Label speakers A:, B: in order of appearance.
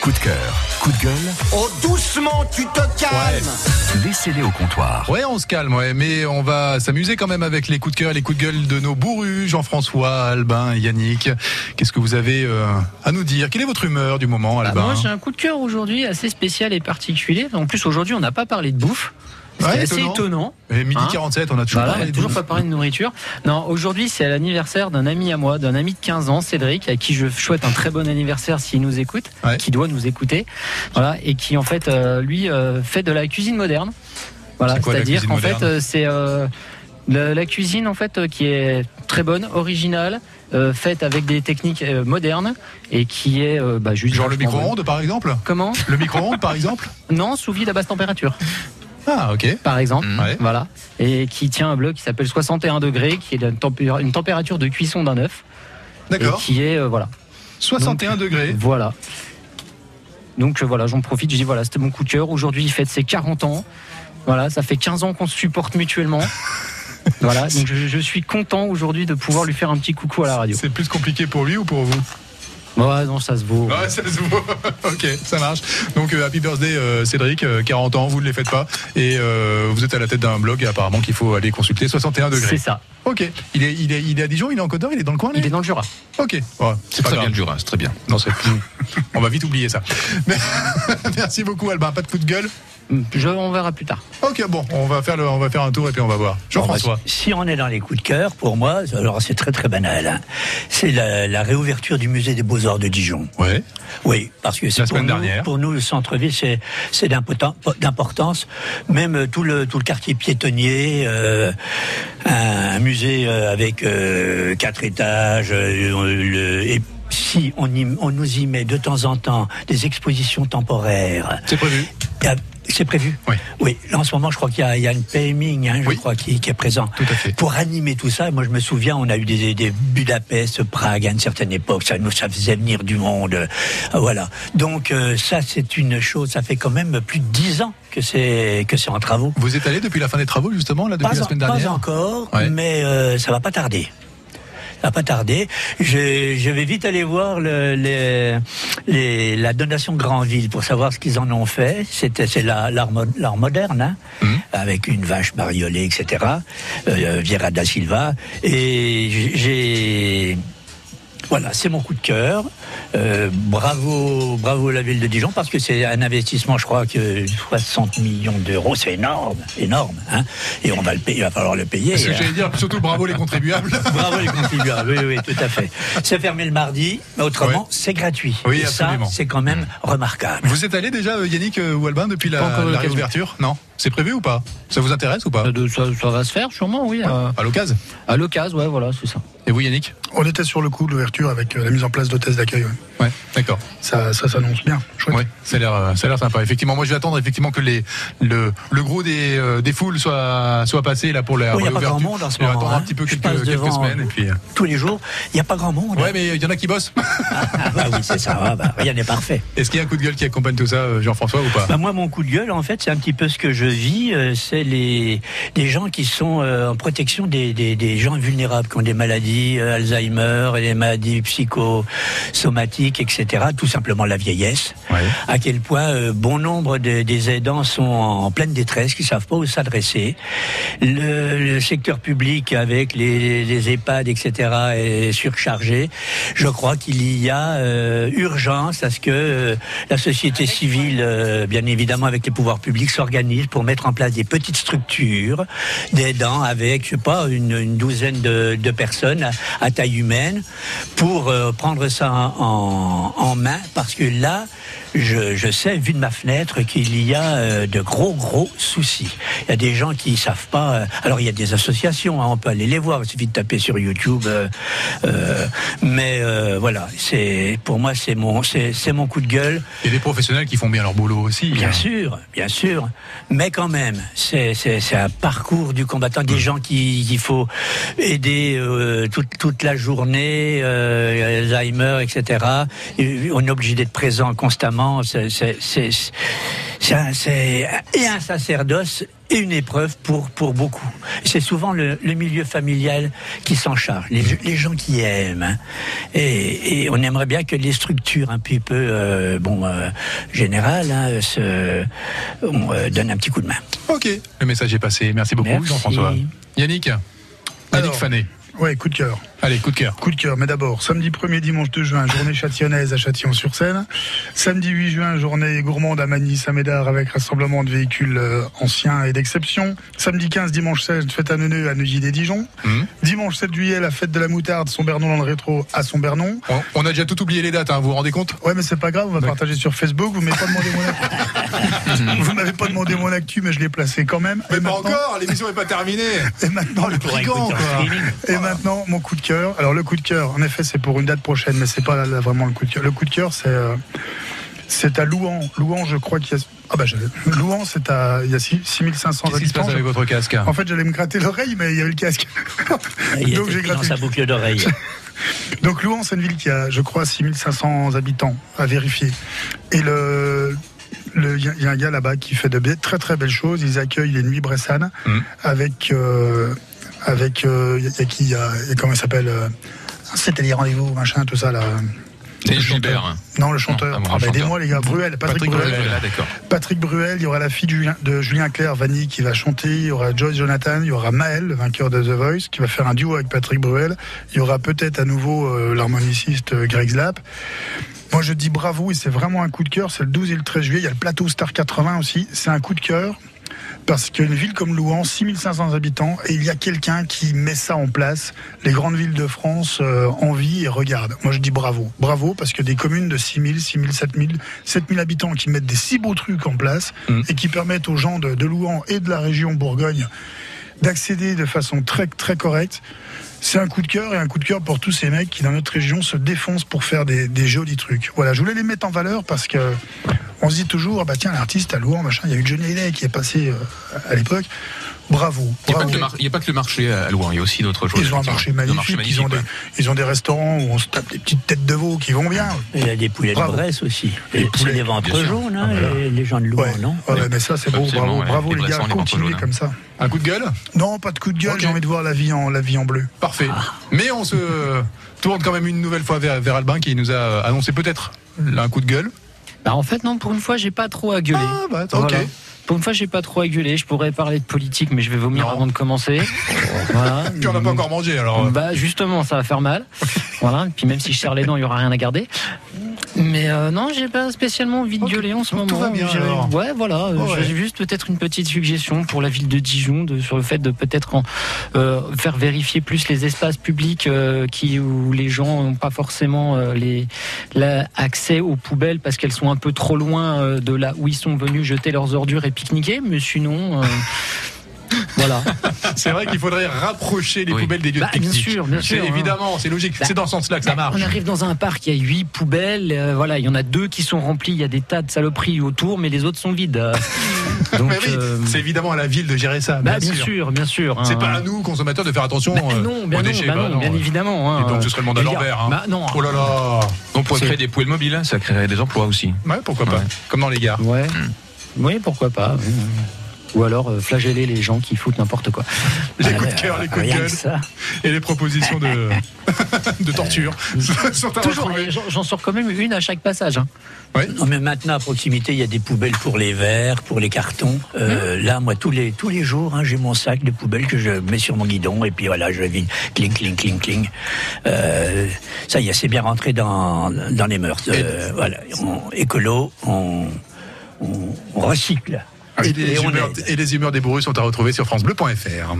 A: Coup de cœur, coup de gueule,
B: Oh doucement, tu te calmes
A: laissez-les au comptoir.
C: Ouais, on se calme, ouais, mais on va s'amuser quand même avec les coups de cœur et les coups de gueule de nos bourrus, Jean-François, Albin, Yannick. Qu'est-ce que vous avez euh, à nous dire Quelle est votre humeur du moment,
D: Bah,
C: Albin
D: moi j'ai un coup de cœur aujourd'hui assez spécial et particulier. En plus aujourd'hui on n'a pas parlé de bouffe. C'est
C: Ouais,
D: assez
C: étonnant.
D: étonnant.
C: Et Eh, midi
D: Hein
C: 47, on a toujours
D: Voilà,
C: parlé de
D: toujours
C: bouffe.
D: pas parlé de nourriture. Non, aujourd'hui c'est l'anniversaire d'un ami à moi, d'un ami de 15 ans, Cédric, à qui je souhaite un très bon anniversaire s'il nous écoute,
C: Ouais.
D: qui doit nous écouter. Voilà, et qui en fait euh, lui euh, fait de la cuisine moderne. Voilà,
C: C'est quoi, la
D: c'est-à-dire
C: cuisine
D: qu'en fait
C: moderne
D: euh, c'est euh, la, la cuisine en fait euh, qui est très bonne, originale, euh, faite avec des techniques euh, modernes et qui est euh, bah, juste
C: Genre le
D: vachement bonne.
C: micro-ondes, par exemple
D: Comment
C: Le micro-ondes, par exemple
D: Non, sous vide à basse température,
C: Ah, ok.
D: par exemple.
C: Ouais.
D: Voilà. Et qui tient un bloc qui s'appelle 61 degrés, qui est la tempér- une température de cuisson d'un œuf. Et
C: D'accord.
D: qui est, euh, voilà.
C: 61
D: euh,
C: degrés.
D: Voilà. Donc euh, voilà, j'en profite, je dis voilà, c'était mon coup de cœur. Aujourd'hui, il fête ses 40 ans. Voilà, ça fait 15 ans qu'on se supporte mutuellement. voilà, donc je, je suis content aujourd'hui de pouvoir lui faire un petit coucou à la radio.
C: C'est plus compliqué pour lui ou pour vous
D: Ouais, non, ça se vaut.
C: Ouais, ça se voit. ok, ça marche. Donc, euh, happy birthday, euh, Cédric, euh, 40 ans, vous ne les faites pas. Et euh, vous êtes à la tête d'un blog, apparemment, qu'il faut aller consulter. 61
D: C'est
C: degrés.
D: ça.
C: Ok. Il est, il, est, il est à Dijon, il est en Côte d'Or, il est dans le coin, lui
D: Il est dans le Jura.
C: Ok. Ouais, c'est pas
E: très
C: grave.
E: bien le Jura, c'est très bien.
C: Non, c'est- On va vite oublier ça. Mais- Merci beaucoup, Albin. Pas de coup de gueule.
D: Je, on verra plus tard.
C: Ok, bon, on va faire, le, on va faire un tour et puis on va voir. Jean-François.
F: bah, Si on est dans les coups de cœur, pour moi, alors c'est très très banal. hein. C'est la, la réouverture du musée des Beaux-Arts de Dijon.
C: Ouais.
F: Oui, parce que c'est pour,
C: semaine
F: nous-
C: dernière.
F: pour nous le centre-ville, c'est c'est d'importan- d'importance. Même euh, tout le tout le quartier piétonnier, euh, un, un musée euh, avec euh, quatre étages. euh, le- et si on, y- on nous y met de temps en temps des expositions temporaires,
C: C'est prévu.
F: il y a- C'est prévu.
C: Oui.
F: Là, en ce moment, je crois qu'il y, a- il y a une PMing, hein, je
C: Oui.
F: crois, qui, qui est présent.
C: Tout à fait.
F: Pour animer tout ça, moi, je me souviens, on a eu des, des Budapest, Prague à une certaine époque. Ça nous ça faisait venir du monde. Euh, Voilà. Donc, euh, ça, c'est une chose. Ça fait quand même plus de dix ans que c'est que c'est en travaux.
C: Vous êtes allé depuis la fin des travaux, justement, là, depuis
F: Pas,
C: la
F: en-
C: semaine
F: pas
C: dernière
F: encore,
C: Ouais.
F: mais euh, ça va pas tarder. Ça va pas tarder. Je, je vais vite aller voir le- les- les- la donation Grandville pour savoir ce qu'ils en ont fait. C'était- C'est la- l'art mo- l'art moderne, hein,
C: Mhm.
F: avec une vache bariolée, etc. Euh, Vieira da Silva. Et j- j'ai... Voilà, c'est mon coup de cœur. Euh, bravo, bravo la ville de Dijon parce que c'est un investissement, je crois que 60 millions d'euros, c'est énorme, énorme. hein. Et on va le payer, il va falloir le payer. hein.
C: Parce que j'allais dire, surtout bravo les contribuables.
F: Bravo les contribuables, oui, oui, tout à fait. C'est fermé le mardi, mais autrement,
C: Ouais.
F: c'est gratuit.
C: Oui,
F: Et ça,
C: absolument. Mmh.
F: c'est quand même remarquable.
C: Vous êtes allé déjà, euh, Yannick euh, ou Albin, depuis
D: Pas
C: la,
D: encore
C: la
D: eu l'occasion. Euh,
C: réouverture Non C'est prévu ou pas Ça vous intéresse ou pas
D: Ça, de- ça- ça va se faire sûrement, oui. euh,
C: À l'occasion
D: à l'occasion, ouais, voilà, c'est ça.
C: Et vous, Yannick
G: On était sur le coup de l'ouverture avec euh, la mise en place d'hôtesses d'accueil. ouais.
C: Ouais, d'accord.
G: Ça, ça s'annonce bien. Chouette.
C: Ouais, ça a l'air, euh, ça a l'air sympa. Effectivement, moi, je vais attendre effectivement que les, le, le gros des, euh, des foules soit, soit passé là pour la
F: Oui, il y a pas
C: réouverture.
F: grand monde en ce
C: Je vais
F: moment,
C: attendre un
F: hein.
C: petit peu
F: Je
C: quelques,
F: passe
C: quelques
F: devant. hein.
C: semaines et puis. euh,
F: Tous les jours, il n'y a pas grand monde.
C: Ouais, mais il y en a qui bossent.
F: Ah, bah oui, c'est ça, ah, bah, rien n'est parfait.
C: Est-ce qu'il y a un coup de gueule qui accompagne tout ça, euh, Jean-François, ou pas
F: Bah, moi, mon coup de gueule, en fait, c'est un petit peu ce que je vis. euh, c'est les, les gens qui sont euh, en protection des, des- des gens vulnérables, qui ont des maladies euh, Alzheimer, et des maladies psychosomatiques, etc. Tout simplement la vieillesse.
C: Ouais.
F: À quel point euh, bon nombre de- des aidants sont en pleine détresse, qui savent pas où s'adresser. Le, le secteur public, avec les, les EHPAD, etc., est surchargé. Je crois qu'il y a euh, urgence à ce que euh, la société civile, euh, bien évidemment avec les pouvoirs publics, s'organise pour mettre en place des petites structures d'aidants avec, je sais pas, une, une douzaine de, de personnes à, à taille humaine pour euh, prendre ça en, en main parce que là, je, je sais, vu de ma fenêtre, qu'il y a euh, de gros, gros soucis. Il y a des gens qui ne savent pas. euh, alors, il y a des associations, hein, on peut aller les voir, il suffit de taper sur YouTube. euh, euh, mais euh, voilà, c'est pour moi, c'est mon, c'est c'est mon coup de gueule.
C: Il y a des professionnels qui font bien leur boulot aussi.
F: Bien
C: hein.
F: sûr, bien sûr. Mais quand même, c'est
C: Mm.
F: c'est- c'est un parcours du combattant, des gens qui- qu'il faut aider euh, toute, toute la la journée, euh, Alzheimer, etc. Et on est obligé d'être présent constamment. C'est c'est- c'est- c'est un, c'est- et un sacerdoce et une épreuve pour, pour beaucoup. C'est souvent le, le milieu familial qui s'en charge, les, les gens qui aiment. hein. Et, et on aimerait bien que les structures un petit peu euh, bon, euh, générales hein, se, on, euh, donnent un petit coup de main.
C: Ok, le message est passé. Merci beaucoup,
F: Merci.
C: Jean-François. Yannick Yannick
G: Alors.
C: Fané.
G: Ouais, coup de cœur.
C: Allez, coup de cœur.
G: Coup de cœur, mais d'abord, samedi 1er, dimanche 2 juin, journée châtillonnaise à Châtillon-sur-Seine. Samedi 8 juin, journée gourmande à Magny-Saint-Médard avec rassemblement de véhicules euh, anciens et d'exception. Samedi 15, dimanche 16, fête à Neuneu à Neuilly-des-Dijon.
C: Mhm.
G: Dimanche 7 juillet, la fête de la moutarde, son Bernon dans le rétro à son Bernon.
C: On, on a déjà tout oublié les dates, hein, vous vous rendez compte
G: Ouais, mais c'est pas grave, on va partager sur Facebook. Vous m'avez pas demandé mon actu. vous m'avez pas demandé mon actu, mais je l'ai placé quand même. Et maintenant-
C: l'émission n'est pas terminée.
G: Et maintenant, le brigand, quoi. Et maintenant, mon coup de cœur. Alors, le coup de cœur, en effet, c'est pour une date prochaine, mais c'est pas là, là, vraiment le coup de cœur. Le coup de cœur, c'est. euh, c'est à Louan. Louan, je crois qu'il y a. Ah bah, je- Louan, c'est à. Il y a six- 6500
C: Qu'est-ce qui se passe
G: habitants.
C: avec Ah, votre casque
G: En fait, j'allais me gratter l'oreille, mais il y avait le casque.
F: Il
G: Donc,
F: était
G: j'ai
F: pris dans
G: gratté.
F: sa boucle d'oreille.
G: Donc Louan, c'est une ville qui a, je crois, 6500 habitants à vérifier. Et le... le- Il y, a- il y a un gars là-bas qui fait de be- très très belles choses. Ils accueillent les nuits bressanes
E: Mm.
C: Mhm.
G: avec euh, avec euh, il y, a- il y a qui il y a- il y a comment il s'appelle euh, C'était les rendez-vous machin tout ça là.
E: C'est
G: Le chanteur.
E: Gilbert.
G: Non le chanteur.
E: ah bon,
G: Ah,
E: un
G: bah,
E: chanteur.
G: aidez-moi les gars. Bruel, Patrick, Bruel.
E: Là, d'accord.
G: Patrick Bruel, il y aura la fille de Julien, de Julien Clerc, Vanny, qui va chanter, il y aura Joyce Jonathan, il y aura Maël, le vainqueur de The Voice, qui va faire un duo avec Patrick Bruel, il y aura peut-être à nouveau euh, l'harmoniciste euh, Greg Slap. Moi je dis bravo et c'est vraiment un coup de cœur, c'est le 12 et le 13 juillet, il y a le plateau Star 80 aussi, c'est un coup de cœur. Parce qu'une ville comme Louan, 6500 habitants, et il y a quelqu'un qui met ça en place, les grandes villes de France euh, en vie et regardent. Moi, je dis bravo. Bravo, parce que des communes de 6000, 6000, 7000, 7000 habitants qui mettent des si beaux trucs en place et qui permettent aux gens de, de Louan et de la région Bourgogne d'accéder de façon très, très correcte. C'est un coup de cœur et un coup de cœur pour tous ces mecs qui, dans notre région, se défoncent pour faire des, des jolis trucs. Voilà, je voulais les mettre en valeur parce que on se dit toujours, ah bah tiens, l'artiste à Louan, machin, il y a eu Johnny Hallyday qui est passé euh, à l'époque. Bravo.
E: Il n'y a, pas
G: bravo.
E: que le mar- il y a pas que le marché à Louvain, il y a aussi d'autres choses.
G: Ils ont un marché
E: effectivement.
G: magnifique, ils, ont
E: magnifique,
G: des,
E: ouais.
G: ils ont des restaurants où on se tape des petites têtes de veau qui vont bien.
F: Il y a des poulets
G: Bravo.
F: de Bresse aussi.
G: Des
F: Et C'est
G: poulets, Ah,
F: les ventres
E: sûr.
F: jaunes, hein, les, les gens de Louvain,
G: Ouais,
F: non
G: Ouais, ouais, mais ça c'est beau,
E: Absolument,
G: bravo,
E: ouais.
G: bravo les
E: Les
G: gars,
E: Bressans, les
G: continuez
E: Bordelais.
G: comme ça.
C: Un coup de gueule
G: Non, pas de coup de gueule,
C: Ok.
G: j'ai envie de voir la vie en, la vie en bleu.
C: Parfait. Mais on se tourne quand même une nouvelle fois vers, vers Albin qui nous a annoncé peut-être un coup de gueule.
D: Bah, en fait, non, pour une fois, j'ai pas trop à gueuler.
C: Ah, bah, ok.
D: Pour une fois, j'ai pas trop à gueuler. Je pourrais parler de politique, mais je vais vomir
C: Non.
D: avant de commencer. voilà.
C: Puis on n'a pas encore mangé alors. euh,
D: Bah justement, ça va faire mal. voilà. Puis même si je serre les dents, il y aura rien à garder. Mais euh, non, j'ai pas spécialement envie de
C: Ok.
D: gueuler en ce
C: Donc,
D: moment.
C: tout va bien,
D: J'ai-
C: alors. Oh,
D: Ouais, voilà. euh,
C: Ouais.
D: J'ai juste peut-être une petite suggestion pour la ville de Dijon de, sur le fait de peut-être en, euh, faire vérifier plus les espaces publics euh, qui où les gens n'ont pas forcément euh, les la- accès aux poubelles parce qu'elles sont un peu trop loin euh, de là où ils sont venus jeter leurs ordures et pique-niquer. Mais sinon, euh, voilà.
C: euh, C'est vrai qu'il faudrait rapprocher les
E: Oui.
C: poubelles des lieux
D: Bah,
C: de
D: bien
C: pique-nique.
D: sûr, bien
C: C'est
D: sûr, hein.
C: évidemment, c'est logique.
D: Bah,
C: c'est dans ce sens-là que ça marche.
D: On arrive dans un parc, il y a huit poubelles, euh, voilà, il y en a deux qui sont remplies, il y a des tas de saloperies autour, mais les autres sont vides. euh. Donc,
C: Mais oui,
D: euh,
C: c'est évidemment à la ville de gérer ça.
D: bah, bien, sûr, bien sûr. hein.
C: C'est pas à nous, consommateurs, de faire attention
D: Bah,
C: euh,
D: non, bien,
C: aux
D: non,
C: déchets.
D: bah
C: bah
D: non,
C: non.
D: bien évidemment. hein.
C: Et donc ce serait le monde à
D: Je veux dire,
C: l'envers. hein.
D: bah, non.
C: Oh là là
E: On pourrait
D: C'est-
E: créer des poubelles mobiles, hein, ça créerait des emplois aussi.
C: Ouais, pourquoi pas
E: Ouais.
C: Comme dans les gares.
D: Ouais. Oui, pourquoi pas. Ou alors euh, flageller les gens qui foutent n'importe quoi.
C: Les
D: Ah,
C: coups de
F: Euh,
C: cœur, les coups de
D: rien
C: gueule.
D: que ça.
C: Et les propositions de, de torture sont à
D: Toujours,
C: retrouver.
D: j'en- j'en sors quand même une à chaque passage. hein.
F: Non, mais maintenant, à proximité, il y a des poubelles pour les verres, pour les cartons. Euh, Là, moi, tous les, tous les jours, hein, j'ai mon sac de poubelle que je mets sur mon guidon et puis voilà, je vide. Cling, cling, cling, cling. Euh, ça y est, c'est bien rentré dans, dans les mœurs. Euh, voilà, on- écolo, on, on- on recycle.
C: Et les,
F: Et on
C: humeurs,
F: aide.
C: et les humeurs des bourrus sont à retrouver sur FranceBleu.fr.